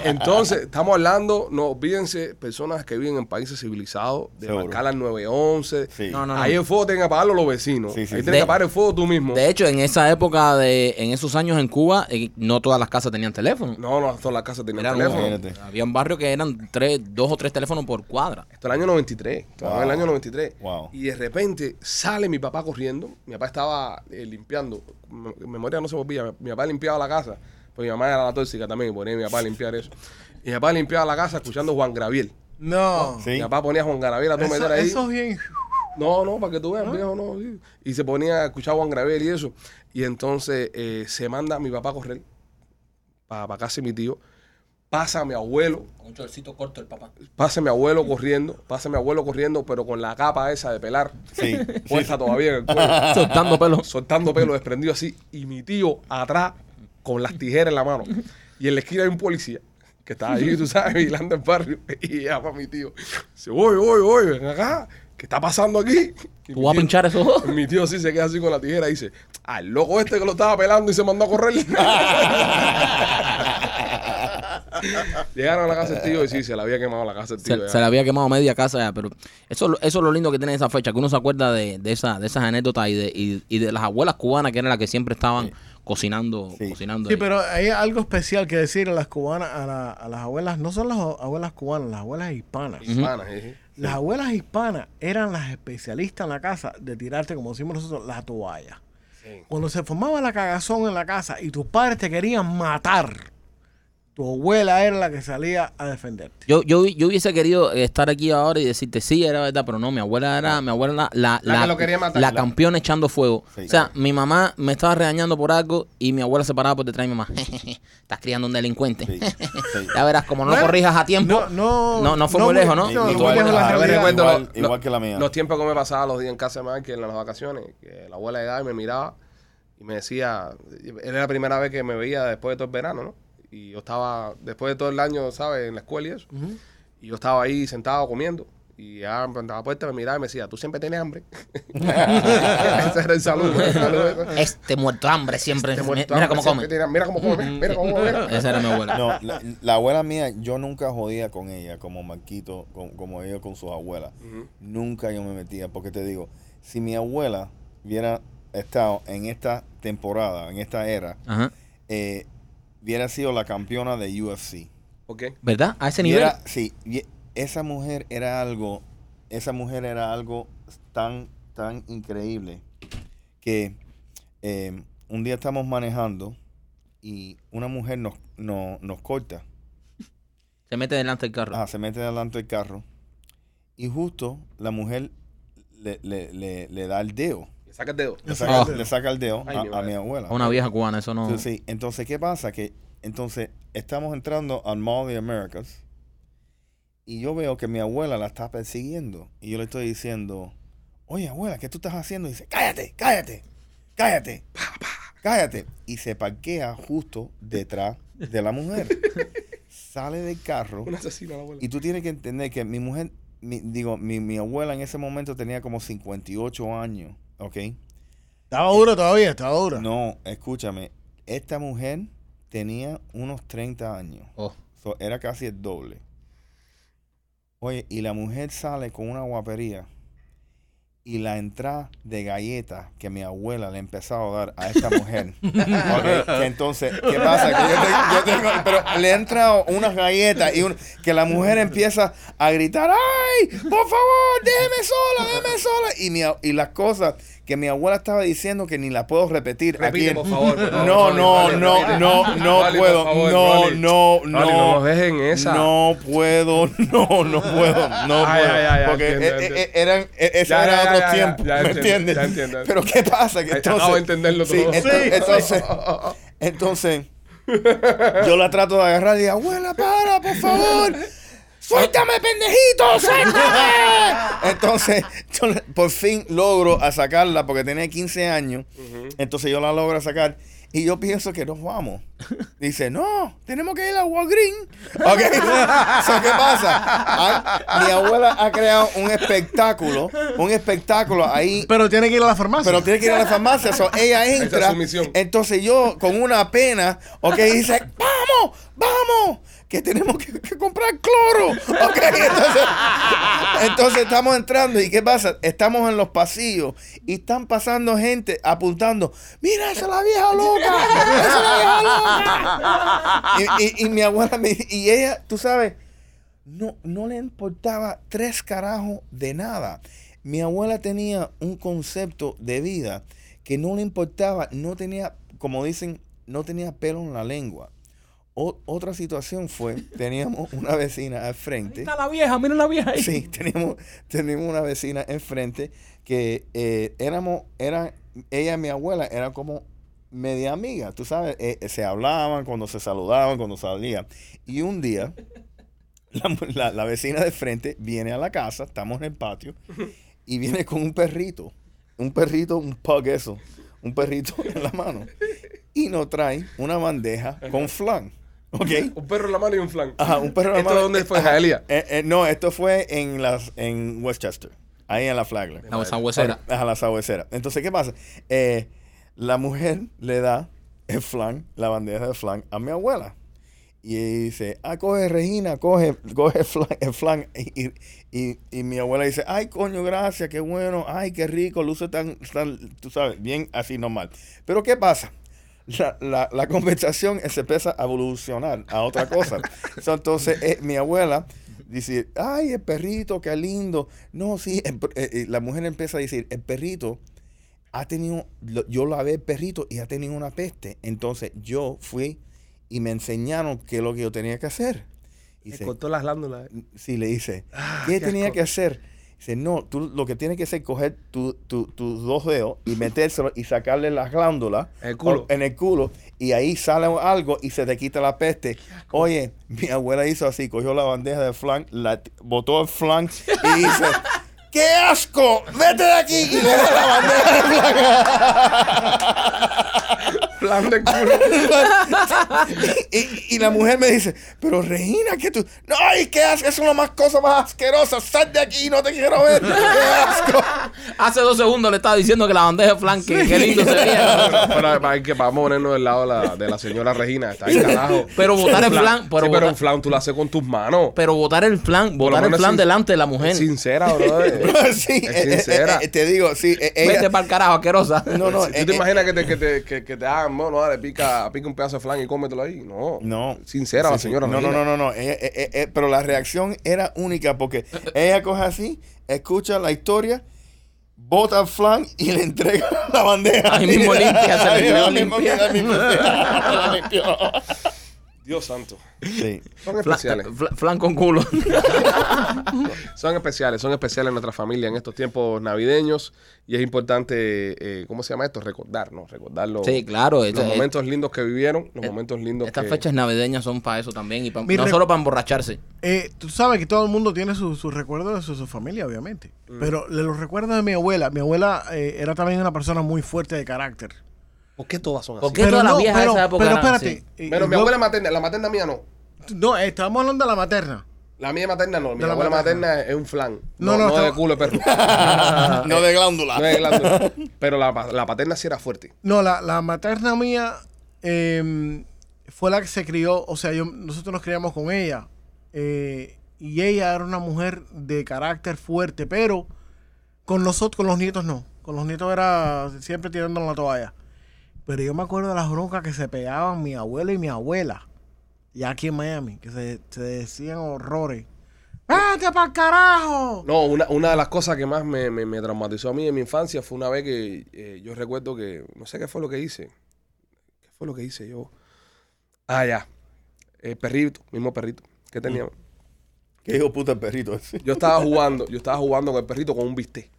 [SPEAKER 1] Entonces, estamos hablando, no olvídense, personas que viven en países civilizados, de
[SPEAKER 4] Seguro.
[SPEAKER 1] marcar las 911.
[SPEAKER 4] Sí.
[SPEAKER 2] No, no, no.
[SPEAKER 1] Ahí el fuego tienen que apagarlo los vecinos.
[SPEAKER 4] Sí, sí,
[SPEAKER 1] Ahí
[SPEAKER 4] sí.
[SPEAKER 1] tienes que
[SPEAKER 2] De-
[SPEAKER 1] apagar el fuego tú mismo.
[SPEAKER 2] De hecho, en esa época, de, en esos años en Cuba, eh, no todas las casas tenían teléfono.
[SPEAKER 1] No, no, todas las casas tenían
[SPEAKER 2] Eran-
[SPEAKER 1] teléfono.
[SPEAKER 4] Imagínate.
[SPEAKER 2] había un barrio que eran tres, dos o tres teléfonos por cuadra.
[SPEAKER 1] Esto es el año 93. estamos en el
[SPEAKER 4] Wow.
[SPEAKER 1] año 93.
[SPEAKER 4] Wow.
[SPEAKER 1] Y de repente sale mi papá corriendo. Mi papá estaba eh, limpiando. Me- Memoria no se me olvida. Mi- Mi papá limpiaba la casa. Pues mi mamá era la tóxica también. y Ponía a mi papá a limpiar eso. Y mi papá limpiaba la casa escuchando Juan Graviel.
[SPEAKER 3] No.
[SPEAKER 4] Sí.
[SPEAKER 1] Mi papá ponía a Juan Graviel a todo meter
[SPEAKER 3] Eso,
[SPEAKER 1] ahí.
[SPEAKER 3] eso es bien.
[SPEAKER 1] No, no, para que tú veas, viejo, no. sí. Y se ponía a escuchar a Juan Gravel y eso. Y entonces eh, se manda mi papá a correr para casa de mi tío. Pasa a mi abuelo,
[SPEAKER 2] Un chorcito corto el papá.
[SPEAKER 1] pasa a mi abuelo corriendo, pasa a mi abuelo corriendo, pero con la capa esa de pelar,
[SPEAKER 4] Sí.
[SPEAKER 1] puesta todavía en el cuello,
[SPEAKER 2] Soltando pelos.
[SPEAKER 1] soltando pelo desprendido así. Y mi tío atrás con las tijeras en la mano. Y en la esquina hay un policía que está ahí, tú sabes, vigilando el barrio. Y llama a mi tío. Dice, voy, voy, voy, ven acá. ¿Qué está pasando aquí? Y
[SPEAKER 2] Tú
[SPEAKER 1] mi
[SPEAKER 2] vas a
[SPEAKER 1] tío-
[SPEAKER 2] pinchar esos dos.
[SPEAKER 1] mi tío sí se queda así con la tijera y dice, al loco este que lo estaba pelando y se mandó a correr. Llegaron a la casa del tío y sí, se le había quemado la casa del tío.
[SPEAKER 2] Se,
[SPEAKER 1] ya.
[SPEAKER 2] se le había quemado media casa ya, pero eso, eso es lo lindo que tiene esa fecha, que uno se acuerda de, de, esa, de esas anécdotas y de, y, y de las abuelas cubanas que eran las que siempre estaban cocinando,
[SPEAKER 4] Sí.
[SPEAKER 2] cocinando.
[SPEAKER 3] Sí,
[SPEAKER 2] ahí.
[SPEAKER 3] pero hay algo especial que decir a las cubanas, a, la- a las abuelas, no son las abuelas cubanas, las abuelas hispanas.
[SPEAKER 1] Hispana, eh.
[SPEAKER 3] Las abuelas hispanas eran las especialistas en la casa de tirarte, como decimos nosotros, la toalla.
[SPEAKER 1] Sí.
[SPEAKER 3] Cuando se formaba la cagazón en la casa y tus padres te querían matar, tu abuela era la que salía a defenderte.
[SPEAKER 2] Yo, yo, yo hubiese querido estar aquí ahora y decirte, sí, era verdad, pero no, mi abuela era, mi abuela era la,
[SPEAKER 1] La que lo quería matar.
[SPEAKER 2] la
[SPEAKER 1] La-
[SPEAKER 2] campeona echando fuego.
[SPEAKER 4] Sí.
[SPEAKER 2] O sea, mi mamá me estaba regañando por algo y mi abuela se paraba por detrás y mi mamá, estás criando un delincuente.
[SPEAKER 4] Sí. Sí.
[SPEAKER 2] Ya verás, como no lo
[SPEAKER 3] Bueno,
[SPEAKER 2] corrijas a tiempo.
[SPEAKER 3] no, no,
[SPEAKER 2] no, no fue muy
[SPEAKER 3] muy-
[SPEAKER 2] lejos, ¿no? ah,
[SPEAKER 3] no,
[SPEAKER 4] Igual-
[SPEAKER 3] no fue lejos la
[SPEAKER 4] igual-
[SPEAKER 3] realidad.
[SPEAKER 4] igual-
[SPEAKER 1] Recuerdo lo-
[SPEAKER 4] igual que la mía.
[SPEAKER 1] Los tiempos que me pasaba los días en casa de más que en las vacaciones, que la abuela llegaba y me miraba y me decía, era la primera vez que me veía después de todo el verano, ¿no? Y yo estaba, después de todo el año, ¿sabes? En la escuela y eso. Y yo estaba ahí sentado comiendo. Y ya me plantaba la puerta, me miraba y me decía, tú siempre tienes hambre. Ese era el saludo. el saludo.
[SPEAKER 2] Este muerto de hambre siempre.
[SPEAKER 1] Este
[SPEAKER 2] mira
[SPEAKER 1] muerto
[SPEAKER 2] mira
[SPEAKER 1] hambre
[SPEAKER 2] cómo
[SPEAKER 1] siempre
[SPEAKER 2] come.
[SPEAKER 1] tiene hambre. Mira cómo come. Mira cómo come. mira.
[SPEAKER 2] Esa era mi abuela.
[SPEAKER 4] No, la, la abuela mía, yo nunca jodía con ella, como Marquito, como, como ellos con sus abuelas. Nunca yo me metía, porque te digo, si mi abuela hubiera estado en esta temporada, en esta era,
[SPEAKER 2] Ajá.
[SPEAKER 4] eh, hubiera sido la campeona de UFC.
[SPEAKER 1] ¿Por qué?
[SPEAKER 2] ¿Verdad? A ese
[SPEAKER 4] Y
[SPEAKER 2] nivel.
[SPEAKER 4] era- sí, y esa mujer era algo, esa mujer era algo tan, tan increíble que eh, un día estamos manejando y una mujer nos, nos, nos corta.
[SPEAKER 2] Se mete delante del carro.
[SPEAKER 4] Ah, se mete delante del carro. Y justo la mujer le, le- le- le da el dedo.
[SPEAKER 1] Le saca el dedo.
[SPEAKER 4] Le
[SPEAKER 2] Ah.
[SPEAKER 4] saca, le saca el dedo
[SPEAKER 1] Ay, mi
[SPEAKER 4] a, a mi
[SPEAKER 1] madre.
[SPEAKER 4] abuela.
[SPEAKER 2] a una vieja cubana, eso no.
[SPEAKER 4] Sí, sí. Entonces, ¿qué pasa? Que entonces estamos entrando al Mall of the Americas y yo veo que mi abuela la está persiguiendo. Y yo le estoy diciendo, oye, abuela, ¿qué tú estás haciendo? Y dice, cállate, cállate, cállate, cállate. Y se parquea justo detrás de la mujer. Sale del carro.
[SPEAKER 1] Un asesino, la abuela.
[SPEAKER 4] Y tú tienes que entender que mi mujer, mi- digo, mi, mi abuela en ese momento tenía como 58 años, ¿ok?
[SPEAKER 3] Estaba dura todavía, estaba dura.
[SPEAKER 4] No, escúchame. Esta mujer tenía unos 30 años.
[SPEAKER 2] Oh.
[SPEAKER 4] So, era casi el doble. Oye, y la mujer sale con una guapería y la entrada de galletas que mi abuela le empezaba a dar a esta mujer. Ok, que entonces, ¿qué pasa? Que yo te- yo tengo- pero le han entrado unas galletas y un- que la mujer empieza a gritar, ¡ay! Por favor, déjeme sola, déjeme sola. Y, mi, a- y las cosas que mi abuela estaba diciendo que ni las puedo repetir.
[SPEAKER 1] Repite,
[SPEAKER 4] aquí.
[SPEAKER 1] por favor. por favor,
[SPEAKER 4] No,
[SPEAKER 1] Rolly,
[SPEAKER 4] no,
[SPEAKER 1] Rolly,
[SPEAKER 4] no,
[SPEAKER 1] Rolly.
[SPEAKER 4] no, no
[SPEAKER 1] Rolly, por
[SPEAKER 4] puedo.
[SPEAKER 1] favor,
[SPEAKER 4] No,
[SPEAKER 1] Rolly.
[SPEAKER 4] no, no.
[SPEAKER 1] Rolly, no nos dejen esa.
[SPEAKER 4] No puedo, no, no puedo, no
[SPEAKER 1] Ay,
[SPEAKER 4] puedo.
[SPEAKER 1] ay, ay,
[SPEAKER 4] porque
[SPEAKER 1] entiendo,
[SPEAKER 4] eh, eh,
[SPEAKER 1] entiendo.
[SPEAKER 4] eran, eh, ese
[SPEAKER 1] Ya,
[SPEAKER 4] era
[SPEAKER 1] ya, ya,
[SPEAKER 4] otro
[SPEAKER 1] ya,
[SPEAKER 4] tiempo,
[SPEAKER 1] ya, ya
[SPEAKER 4] ¿me
[SPEAKER 1] entiendo,
[SPEAKER 4] entiendes?
[SPEAKER 1] ya entiendo.
[SPEAKER 4] Pero ¿qué pasa? Que
[SPEAKER 1] Ay,
[SPEAKER 4] entonces,
[SPEAKER 1] acabo de entenderlo
[SPEAKER 4] sí,
[SPEAKER 1] todo.
[SPEAKER 4] ento-
[SPEAKER 1] Sí.
[SPEAKER 4] entonces, entonces, yo la trato de agarrar y digo, abuela, para, por favor. ¡Suéltame, pendejito! ¡Suéltame! Entonces, yo le- por fin logro a sacarla porque tenía 15 años. Entonces yo la logro sacar y yo pienso que nos vamos. Dice, no, tenemos que ir a Walgreens. Ok. So, ¿Qué pasa? Ah, mi abuela ha creado un espectáculo, un espectáculo ahí
[SPEAKER 3] Pero tiene que ir a la farmacia.
[SPEAKER 4] pero tiene que ir a la farmacia. so, ella
[SPEAKER 1] es
[SPEAKER 4] entra.
[SPEAKER 1] su misión.
[SPEAKER 4] Entonces yo, con una pena, ok, dice, vamos, vamos, que tenemos que, que comprar cloro. Ok, entonces, entonces estamos entrando. ¿Y qué pasa? Estamos en los pasillos y están pasando gente apuntando, mira, esa es la vieja loca, esa es la vieja loca. Y, y- y mi abuela, me, y ella, tú sabes, no, no le importaba tres carajos de nada. Mi abuela tenía un concepto de vida que no le importaba, no tenía, como dicen, no tenía pelo en la lengua. O- otra situación fue, teníamos una vecina al frente.
[SPEAKER 2] la vieja, mira la vieja
[SPEAKER 4] Sí, teníamos, teníamos una vecina enfrente que eh, éramos, era, ella y mi abuela era como media amiga, tú sabes, eh, eh, se hablaban cuando se saludaban, cuando salían. Y un día, la, mu- la- la vecina de frente viene a la casa, estamos en el patio, y viene con un perrito, un perrito, un pug eso, un perrito en la mano, y nos trae una bandeja con flan, ¿ok?
[SPEAKER 1] Un perro en la mano y un flan.
[SPEAKER 4] Ajá, un perro en la
[SPEAKER 1] ¿Esto
[SPEAKER 4] mano.
[SPEAKER 1] dónde fue?
[SPEAKER 4] Ajá.
[SPEAKER 1] Jaelía.
[SPEAKER 4] Eh, eh, no, esto fue en las en Westchester, ahí en la Flagler.
[SPEAKER 2] La huesera.
[SPEAKER 4] Ajá, la sabuesera. Entonces, ¿qué pasa? Eh, la mujer le da el flan, la bandeja de flan a mi abuela. Y ella dice, ah, coge Regina, coge, coge el flan. el flan. Y, y- y- y mi abuela dice, ay, coño, gracias, qué bueno, ay, qué rico, luce tan, tan, tú sabes, bien así normal. Pero ¿qué pasa? La, la- la conversación se empieza a evolucionar a otra cosa. So, entonces, eh, mi abuela dice, ay, el perrito, qué lindo. No, sí, el per- eh, eh, la mujer empieza a decir, el perrito ha tenido, lo- yo lavé el perrito y ha tenido una peste. Entonces, yo fui y me enseñaron qué es lo que yo tenía que hacer. Y
[SPEAKER 1] Le
[SPEAKER 4] se-
[SPEAKER 1] cortó las glándulas.
[SPEAKER 4] Sí, le dice,
[SPEAKER 1] Ah,
[SPEAKER 4] ¿qué
[SPEAKER 1] qué
[SPEAKER 4] tenía
[SPEAKER 1] asco.
[SPEAKER 4] que hacer? Dice, no, tú lo que tienes que hacer es coger tu- tu- tus dos dedos y metérselos y sacarle las glándulas
[SPEAKER 1] El culo.
[SPEAKER 4] o- en el culo y ahí sale algo y se te quita la peste. Oye, mi abuela hizo así, cogió la bandeja de flan, la t- botó el flan y dice, ¡qué asco! ¡Vete de aquí! Y le da la bandeja de flan.
[SPEAKER 1] Flan de culo.
[SPEAKER 4] Y, y la mujer me dice, pero Regina, que tú. No, ay, qué asco, eso es una más cosa más asquerosa. Sal de aquí, no te quiero ver. ¡Qué asco!
[SPEAKER 2] Hace dos segundos le estaba diciendo que la bandeja de flan, que, que lindo se veía.
[SPEAKER 1] Pero, pero, hay que vamos a ponernos del lado de la, de la señora Regina. Está ahí, carajo.
[SPEAKER 2] Pero botar el flan,
[SPEAKER 1] Sí,
[SPEAKER 2] pero,
[SPEAKER 1] pero,
[SPEAKER 2] botar,
[SPEAKER 1] un flan tú lo haces con tus manos.
[SPEAKER 2] pero botar el flan,
[SPEAKER 1] Por lo
[SPEAKER 2] botar el
[SPEAKER 1] menos
[SPEAKER 2] flan
[SPEAKER 1] sin-
[SPEAKER 2] delante de la mujer.
[SPEAKER 1] Sincera, brother.
[SPEAKER 4] sí,
[SPEAKER 1] Es
[SPEAKER 4] eh, eh,
[SPEAKER 1] sincera.
[SPEAKER 4] eh, te digo, sí. eh,
[SPEAKER 2] Vete
[SPEAKER 4] ella-
[SPEAKER 2] para el carajo, asquerosa.
[SPEAKER 4] no, no,
[SPEAKER 1] Si
[SPEAKER 4] eh,
[SPEAKER 1] ¿Tú te
[SPEAKER 4] eh,
[SPEAKER 1] imaginas que te, que te, que, que te hagan, mono, dale, pica, pica un pedazo de flan y cómetelo ahí? No.
[SPEAKER 4] No.
[SPEAKER 1] Sincera
[SPEAKER 4] Sí,
[SPEAKER 1] la
[SPEAKER 4] sí.
[SPEAKER 1] señora.
[SPEAKER 4] No, no, no, no, no. Ella- eh, eh, eh, pero la reacción era única porque ella coge así, escucha la historia, bota el flan y le entrega la bandeja.
[SPEAKER 2] Ahí mismo limpia, se le
[SPEAKER 4] Ahí
[SPEAKER 2] quedó
[SPEAKER 4] mismo
[SPEAKER 2] limpia.
[SPEAKER 4] queda, ahí mismo queda. La limpió.
[SPEAKER 1] Dios santo.
[SPEAKER 4] Sí.
[SPEAKER 1] Son
[SPEAKER 2] Flan,
[SPEAKER 1] especiales.
[SPEAKER 2] fla- flan con culo.
[SPEAKER 1] Son especiales, son especiales en nuestra familia en estos tiempos navideños y es importante, eh, ¿cómo se llama esto? Recordarnos, recordarlo.
[SPEAKER 2] sí, claro.
[SPEAKER 1] Los
[SPEAKER 2] esta-
[SPEAKER 1] momentos lindos que vivieron, los
[SPEAKER 2] eh,
[SPEAKER 1] momentos lindos
[SPEAKER 2] estas
[SPEAKER 1] que...
[SPEAKER 2] fechas navideñas son para eso también. Y pa-
[SPEAKER 3] Mi
[SPEAKER 2] no
[SPEAKER 3] re-
[SPEAKER 2] solo para emborracharse.
[SPEAKER 3] Eh, tú sabes que todo el mundo tiene sus sus recuerdos de su, su familia, obviamente.
[SPEAKER 1] Mm.
[SPEAKER 3] Pero le los recuerdos de mi abuela. Mi abuela eh, era también una persona muy fuerte de carácter.
[SPEAKER 1] ¿Por qué todas son
[SPEAKER 2] ¿Por
[SPEAKER 1] así?
[SPEAKER 2] qué? todas las viejas de
[SPEAKER 3] pero,
[SPEAKER 2] esa época
[SPEAKER 3] pero
[SPEAKER 2] eran
[SPEAKER 3] espérate.
[SPEAKER 2] así?
[SPEAKER 3] eh,
[SPEAKER 1] Bueno, mi
[SPEAKER 3] no-
[SPEAKER 1] abuela materna, la materna mía no.
[SPEAKER 3] No, eh, estábamos hablando de la materna.
[SPEAKER 1] La mía materna no, mi
[SPEAKER 3] De la
[SPEAKER 1] abuela
[SPEAKER 3] materna.
[SPEAKER 1] materna. es un flan.
[SPEAKER 3] No,
[SPEAKER 1] No,
[SPEAKER 3] no,
[SPEAKER 1] no,
[SPEAKER 3] estaba-
[SPEAKER 1] de culo de perro.
[SPEAKER 4] no de glándula.
[SPEAKER 1] No es glándula. Pero la, pa- la paterna sí era fuerte.
[SPEAKER 3] No, la, la materna mía eh, fue la que se crió, o sea, yo, nosotros nos criamos con ella. eh, y ella era una mujer de carácter fuerte, pero con nosotros, con los nietos no. Con los nietos era siempre tirándonos la toalla. Pero yo me acuerdo de las broncas que se pegaban mi abuelo y mi abuela, ya aquí en Miami, que se, se decían horrores. ¡Vete para carajo!
[SPEAKER 1] No, una, una de las cosas que más me, me- me traumatizó a mí en mi infancia fue una vez que eh, yo recuerdo que, no sé qué fue lo que hice. ¿Qué fue lo que hice yo? Ah, ya. El perrito, mismo perrito que
[SPEAKER 2] Mm.
[SPEAKER 1] teníamos.
[SPEAKER 4] ¿Qué hijo puta el perrito ese?
[SPEAKER 1] Yo estaba jugando, yo estaba jugando con el perrito con un bistec.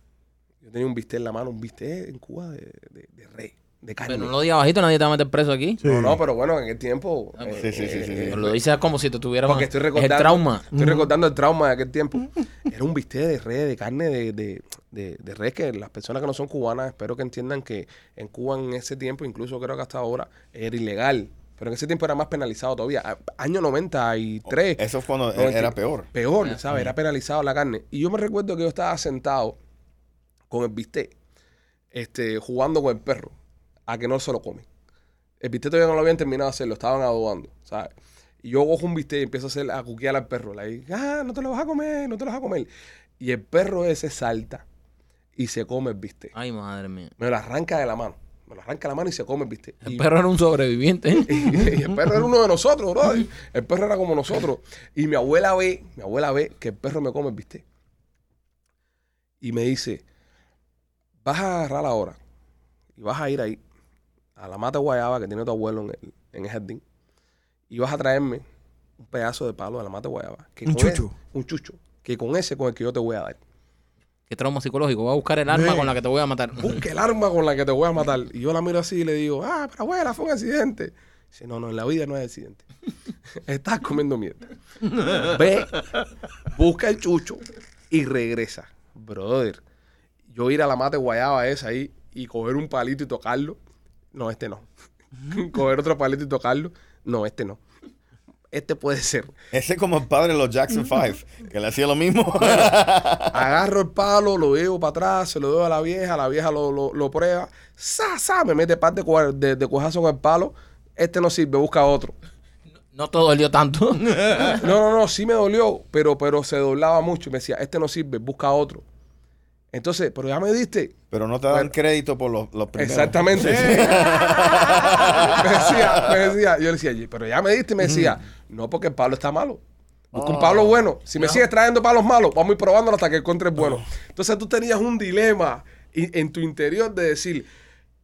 [SPEAKER 1] Yo tenía un bistec en la mano, un bistec en Cuba de, de- de rey, de carne.
[SPEAKER 2] Pero no lo digas bajito, nadie te va a meter preso aquí.
[SPEAKER 1] No, no, pero bueno, en el tiempo. eh,
[SPEAKER 4] Sí, sí, sí, Mm. sí, sí.
[SPEAKER 1] eh,
[SPEAKER 2] Lo dices como si te tuvieras
[SPEAKER 1] Porque estoy recordando.
[SPEAKER 2] Ah, pues, el trauma.
[SPEAKER 1] Estoy recordando el trauma de aquel tiempo. Era un bistec de res, de carne de, de, de- de res, que las personas que no son cubanas, espero que entiendan que en Cuba en ese tiempo, incluso creo que hasta ahora, era ilegal. Pero en ese tiempo era más penalizado todavía. A- Año 93.
[SPEAKER 4] Eso es cuando
[SPEAKER 1] No,
[SPEAKER 4] era
[SPEAKER 1] enti-
[SPEAKER 4] peor.
[SPEAKER 1] Peor, ¿sabes? Era penalizado la carne. Y yo me recuerdo que yo estaba sentado con el bistec, este, jugando con el perro, a que no se lo come. El bistec todavía no lo habían terminado de hacer, lo estaban adobando, ¿sabes? Y yo cojo un bistec y empiezo a hacer, a cuquear al perro. Le digo, ah, no te lo vas a comer, no te lo vas a comer. Y el perro ese salta y se come el bistec.
[SPEAKER 2] Ay, madre mía.
[SPEAKER 1] Me lo arranca de la mano. Me lo arranca de la mano y se come el bistec.
[SPEAKER 2] El
[SPEAKER 1] Y-
[SPEAKER 2] perro era un sobreviviente.
[SPEAKER 1] y el perro era uno de nosotros, bro. El perro era como nosotros. Y mi abuela ve, mi abuela ve que el perro me come el bistec. Y me dice, vas a agarrar ahora y vas a ir ahí a la mata de guayaba que tiene tu abuelo en el, en el jardín y vas a traerme un pedazo de palo de la mata de guayaba. que
[SPEAKER 3] Un
[SPEAKER 1] con
[SPEAKER 3] chucho.
[SPEAKER 1] ese- un chucho. Que con ese con el que yo te voy a dar.
[SPEAKER 2] Qué trauma psicológico. Voy a buscar el arma
[SPEAKER 3] Sí.
[SPEAKER 2] con la que te voy a matar.
[SPEAKER 1] Busca el arma con la que te voy a matar. Y yo la miro así y le digo, ah, pero abuela, fue un accidente. Dice, no, no, en la vida no es accidente. Estás comiendo mierda. Ve, busca el chucho y regresa. Brother, yo ir a la mate guayaba esa ahí y coger un palito y tocarlo. No, este no. coger otro palito y tocarlo. No, este no. Este puede ser.
[SPEAKER 4] Ese es como el padre de los Jackson 5, que le hacía lo mismo.
[SPEAKER 1] Agarro el palo, lo llevo para atrás, se lo doy a la vieja, la vieja lo, lo, lo prueba. ¡Sa, sa! Me mete parte de, cua- de, de cuajazo con el palo. Este no sirve, busca otro.
[SPEAKER 2] No te dolió tanto.
[SPEAKER 1] No, no, no, sí me dolió, pero, pero se doblaba mucho. Y me decía, este no sirve, busca otro. Entonces, pero ya me diste.
[SPEAKER 4] Pero no te dan crédito por los, los primeros.
[SPEAKER 1] Exactamente. me decía, me decía, yo le decía, "Oye, pero ya me diste. Y me decía, no, porque el palo está malo. Busca un
[SPEAKER 2] Ah.
[SPEAKER 1] palo bueno. Si me sigues trayendo palos malos, vamos a ir probándolo hasta que
[SPEAKER 2] Ah.
[SPEAKER 1] encuentres bueno. Entonces tú tenías un dilema i- en tu interior de decir,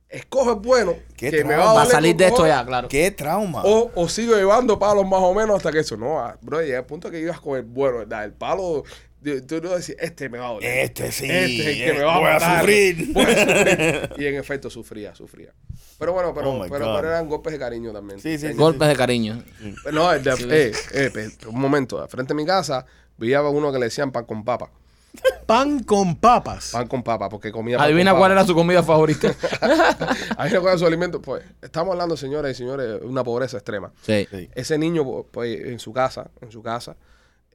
[SPEAKER 1] escoge el bueno,
[SPEAKER 4] Qué
[SPEAKER 1] que me
[SPEAKER 4] trauma.
[SPEAKER 1] va a
[SPEAKER 2] Va a
[SPEAKER 1] doler
[SPEAKER 2] salir
[SPEAKER 1] con
[SPEAKER 2] de esto
[SPEAKER 1] cojones,
[SPEAKER 2] ya, claro.
[SPEAKER 4] ¡Qué trauma!
[SPEAKER 1] O, o sigo llevando palos más o menos hasta que eso. No, ah, bro, llega el punto que ibas con el bueno, ¿verdad? El palo, de- tú no decís, este me va a doler.
[SPEAKER 4] Este sí,
[SPEAKER 1] Este es el que me va a
[SPEAKER 4] voy
[SPEAKER 1] matar.
[SPEAKER 4] a sufrir.
[SPEAKER 1] Voy a sufrir. y en efecto sufría, sufría. Pero bueno, pero,
[SPEAKER 4] Oh my
[SPEAKER 1] pero,
[SPEAKER 4] God.
[SPEAKER 1] pero eran golpes de cariño también.
[SPEAKER 4] Sí, sí, sí.
[SPEAKER 2] Golpes de cariño.
[SPEAKER 1] No, el de- eh, eh, pe- un momento, de frente a mi casa veía a uno que le decían pan con papa.
[SPEAKER 3] Pan con papas.
[SPEAKER 1] Pan con papa, porque comía pan
[SPEAKER 2] Adivina
[SPEAKER 1] con
[SPEAKER 2] cuál
[SPEAKER 1] papa.
[SPEAKER 2] era su comida favorita.
[SPEAKER 1] Adivina cuál era su alimento. Pues estamos hablando, señoras y señores, de una pobreza extrema.
[SPEAKER 2] Sí.
[SPEAKER 4] Sí.
[SPEAKER 1] Ese niño, pues, en su casa, en su casa,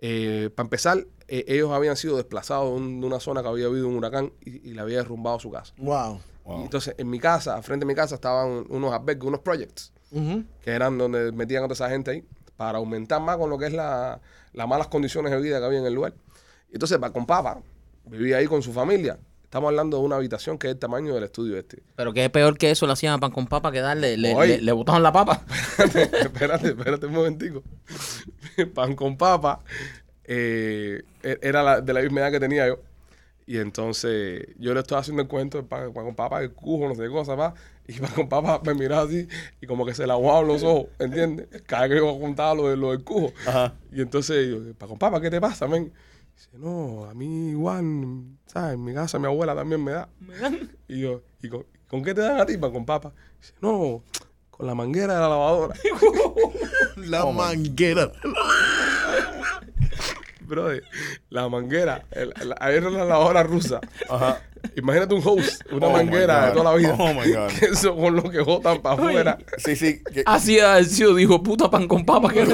[SPEAKER 1] eh, para empezar, eh, ellos habían sido desplazados de, un- de una zona que había habido un huracán y, y le había derrumbado su casa.
[SPEAKER 3] Wow.
[SPEAKER 1] Y
[SPEAKER 4] Wow.
[SPEAKER 1] entonces, en mi casa, al frente de mi casa, estaban unos albergues, unos projects,
[SPEAKER 3] Ujú.
[SPEAKER 1] que eran donde metían a toda esa gente ahí, para aumentar más con lo que es la- las malas condiciones de vida que había en el lugar. Entonces, pa- con papá, vivía ahí con su familia. Estamos hablando de una habitación que es el tamaño del estudio este.
[SPEAKER 2] Pero que es peor que eso, le hacían a pan con papa que darle, le,
[SPEAKER 1] Oye.
[SPEAKER 2] le, le botaban la papa.
[SPEAKER 1] espérate, espérate un momentico. e-, Pan con papa eh, era la- de la misma edad que tenía yo. Y Y entonces yo le estaba haciendo el cuento de pa- pa- con papá, el cujo, no sé qué cosa más. Y pa- con papá me miraba así y como que se le aguaban los ojos, ¿entiendes? Cada vez que yo contaba lo, de, lo del cujo.
[SPEAKER 4] Ajá.
[SPEAKER 1] Y entonces yo, pa- con papá, ¿qué te pasa, men? Dice, no, a mí igual, ¿sabes? En mi casa mi abuela también me da. Y yo, ¿y con, con qué te dan a ti, pa? Con papá. Dice, no, con la manguera de la lavadora.
[SPEAKER 3] La
[SPEAKER 4] Oh, man.
[SPEAKER 3] manguera.
[SPEAKER 1] Brother, la manguera, el, el- ahí era la lavadora rusa.
[SPEAKER 4] Ajá.
[SPEAKER 1] Imagínate un host, una
[SPEAKER 4] Oh, my
[SPEAKER 1] manguera de
[SPEAKER 4] God.
[SPEAKER 1] toda la vida.
[SPEAKER 4] Oh, my God.
[SPEAKER 1] Que Eso con lo que botan para afuera.
[SPEAKER 4] Sí, sí. que-
[SPEAKER 2] Así ha sido, dijo, puta pan con papa. Que...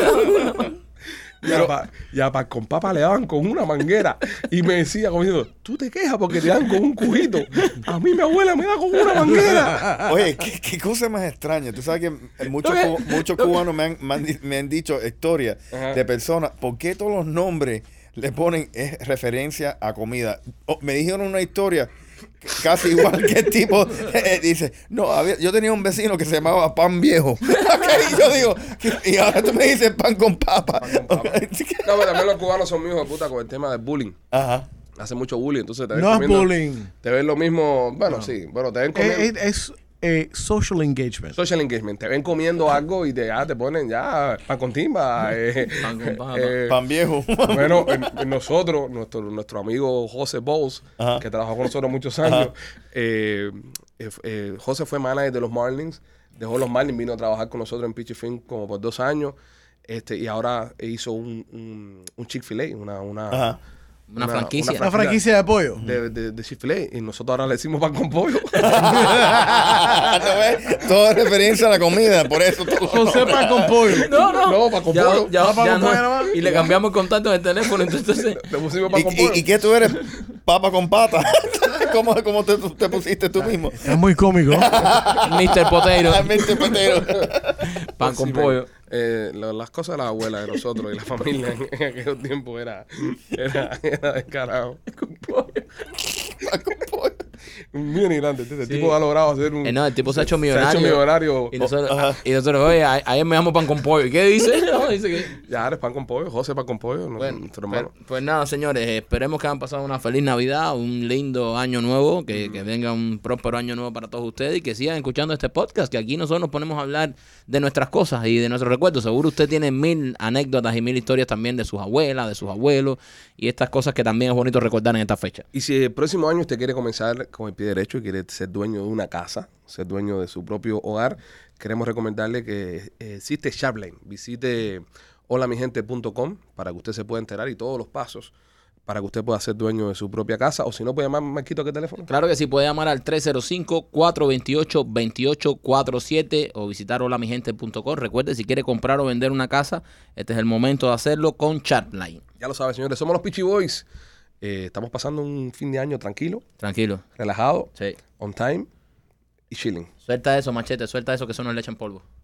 [SPEAKER 1] Ya pa, ya pa- con papa le daban con una manguera. Y me decía, como diciendo, tú te quejas porque te dan con un cubito. A mí mi abuela me da con una manguera.
[SPEAKER 4] Oye, ¿qué, qué cosa más extraña. Tú sabes que muchos,
[SPEAKER 2] Lo que-
[SPEAKER 4] cu- muchos cubanos me han, me han di- me han dicho historias
[SPEAKER 1] Ajá.
[SPEAKER 4] de personas. ¿Por qué todos los nombres le ponen eh, referencia a comida? O- me dijeron una historia c- casi igual que el tipo eh, dice, no, había- yo tenía un vecino que se llamaba pan viejo. Ok, y yo digo, ¿qué- y ahora tú me dices pan con papa.
[SPEAKER 1] No, pero también los cubanos son hijos de puta con el tema del bullying.
[SPEAKER 4] Ajá.
[SPEAKER 1] Hace mucho bullying, entonces te ven
[SPEAKER 3] No es
[SPEAKER 1] comiendo-
[SPEAKER 3] bullying.
[SPEAKER 1] Te ven lo mismo, bueno, sí, bueno, te ven comiendo.
[SPEAKER 3] Es, es- es, eh, social engagement.
[SPEAKER 1] Social engagement, te ven comiendo algo y te, ya te ponen ya pan con timba. eh,
[SPEAKER 2] Pan con papa.
[SPEAKER 1] eh,
[SPEAKER 4] Pan viejo.
[SPEAKER 1] Bueno, en- en nosotros, nuestro, nuestro amigo José Bowles,
[SPEAKER 4] Ajá.
[SPEAKER 1] que trabajó con nosotros muchos años, eh, eh, eh, José fue manager de los Marlins, dejó los Marlins, vino a trabajar con nosotros en Pitch Film como por dos años, este, y ahora hizo un, un, un Chick-fil-A, una, una,
[SPEAKER 4] Ajá.
[SPEAKER 2] Una franquicia.
[SPEAKER 3] Una franquicia de pollo.
[SPEAKER 1] de, de, de Chick-fil-A, y nosotros ahora le decimos pan con pollo.
[SPEAKER 4] ¿No ves? Todo es referencia a la comida, por eso todos los
[SPEAKER 3] José
[SPEAKER 4] nombres.
[SPEAKER 3] pan con pollo.
[SPEAKER 2] No, no.
[SPEAKER 1] No, pa' con
[SPEAKER 2] Ya-
[SPEAKER 1] pollo.
[SPEAKER 2] ya-
[SPEAKER 3] Ah, pa'
[SPEAKER 2] ya
[SPEAKER 3] con
[SPEAKER 2] no.
[SPEAKER 3] pollo nomás.
[SPEAKER 2] Y le cambiamos el contacto en el teléfono. Entonces,
[SPEAKER 1] le pusimos pan
[SPEAKER 4] ¿Y,
[SPEAKER 1] con
[SPEAKER 4] y,
[SPEAKER 1] pollo.
[SPEAKER 4] y qué tú eres? Papa con pata. ¿Cómo, cómo te, te pusiste tú mismo?
[SPEAKER 3] Es muy cómico.
[SPEAKER 2] Mr. Potero,
[SPEAKER 4] Realmente patero.
[SPEAKER 2] pan
[SPEAKER 1] Pues Sí,
[SPEAKER 2] con
[SPEAKER 1] men.
[SPEAKER 2] pollo.
[SPEAKER 1] Eh, lo- las cosas de la abuela de nosotros y la familia en, en aquel tiempo era, era, era descarado. Un millonario. Este tipo ha logrado hacer un.
[SPEAKER 2] Eh, no, el tipo se ha hecho
[SPEAKER 1] Se ha
[SPEAKER 2] millonario.
[SPEAKER 1] hecho millonario.
[SPEAKER 2] Y nosotros, y nosotros, oye, a- ayer me amo pan con pollo. ¿Y qué dice? No, dice que...
[SPEAKER 1] Ya eres pan con pollo, José pan con pollo, no-
[SPEAKER 2] Bueno,
[SPEAKER 1] nuestro
[SPEAKER 2] pues,
[SPEAKER 1] Mm, hermano.
[SPEAKER 2] pues nada, señores, esperemos que hayan pasado una feliz Navidad, un lindo año nuevo,
[SPEAKER 1] Mm.
[SPEAKER 2] que, que venga un próspero año nuevo para todos ustedes y que sigan escuchando este podcast, que aquí nosotros nos ponemos a hablar de nuestras cosas y de nuestros recuerdos. Seguro usted tiene mil anécdotas y mil historias también de sus abuelas, de sus abuelos y estas cosas que también es bonito recordar en esta fecha.
[SPEAKER 1] Y si el próximo año usted quiere comenzar con el pie derecho y quiere ser dueño de una casa, ser dueño de su propio hogar, queremos recomendarle que eh, existe Sharpline. Visite holamigente.com para que usted se pueda enterar y todos los pasos para que usted pueda ser dueño de su propia casa. O si no, puede llamar Marquito a qué teléfono.
[SPEAKER 2] Claro que sí, puede llamar al 305-428-2847 o visitar holamigente.com. Recuerde, si quiere comprar o vender una casa, este es el momento de hacerlo con Chartline.
[SPEAKER 1] Ya lo saben, señores, somos los Peachy Boys. Eh, estamos pasando un fin de año tranquilo,
[SPEAKER 2] Tranquilo.
[SPEAKER 1] relajado,
[SPEAKER 2] Sí.
[SPEAKER 1] on time y chilling.
[SPEAKER 2] Suelta eso, machete, suelta eso que eso no le echan polvo.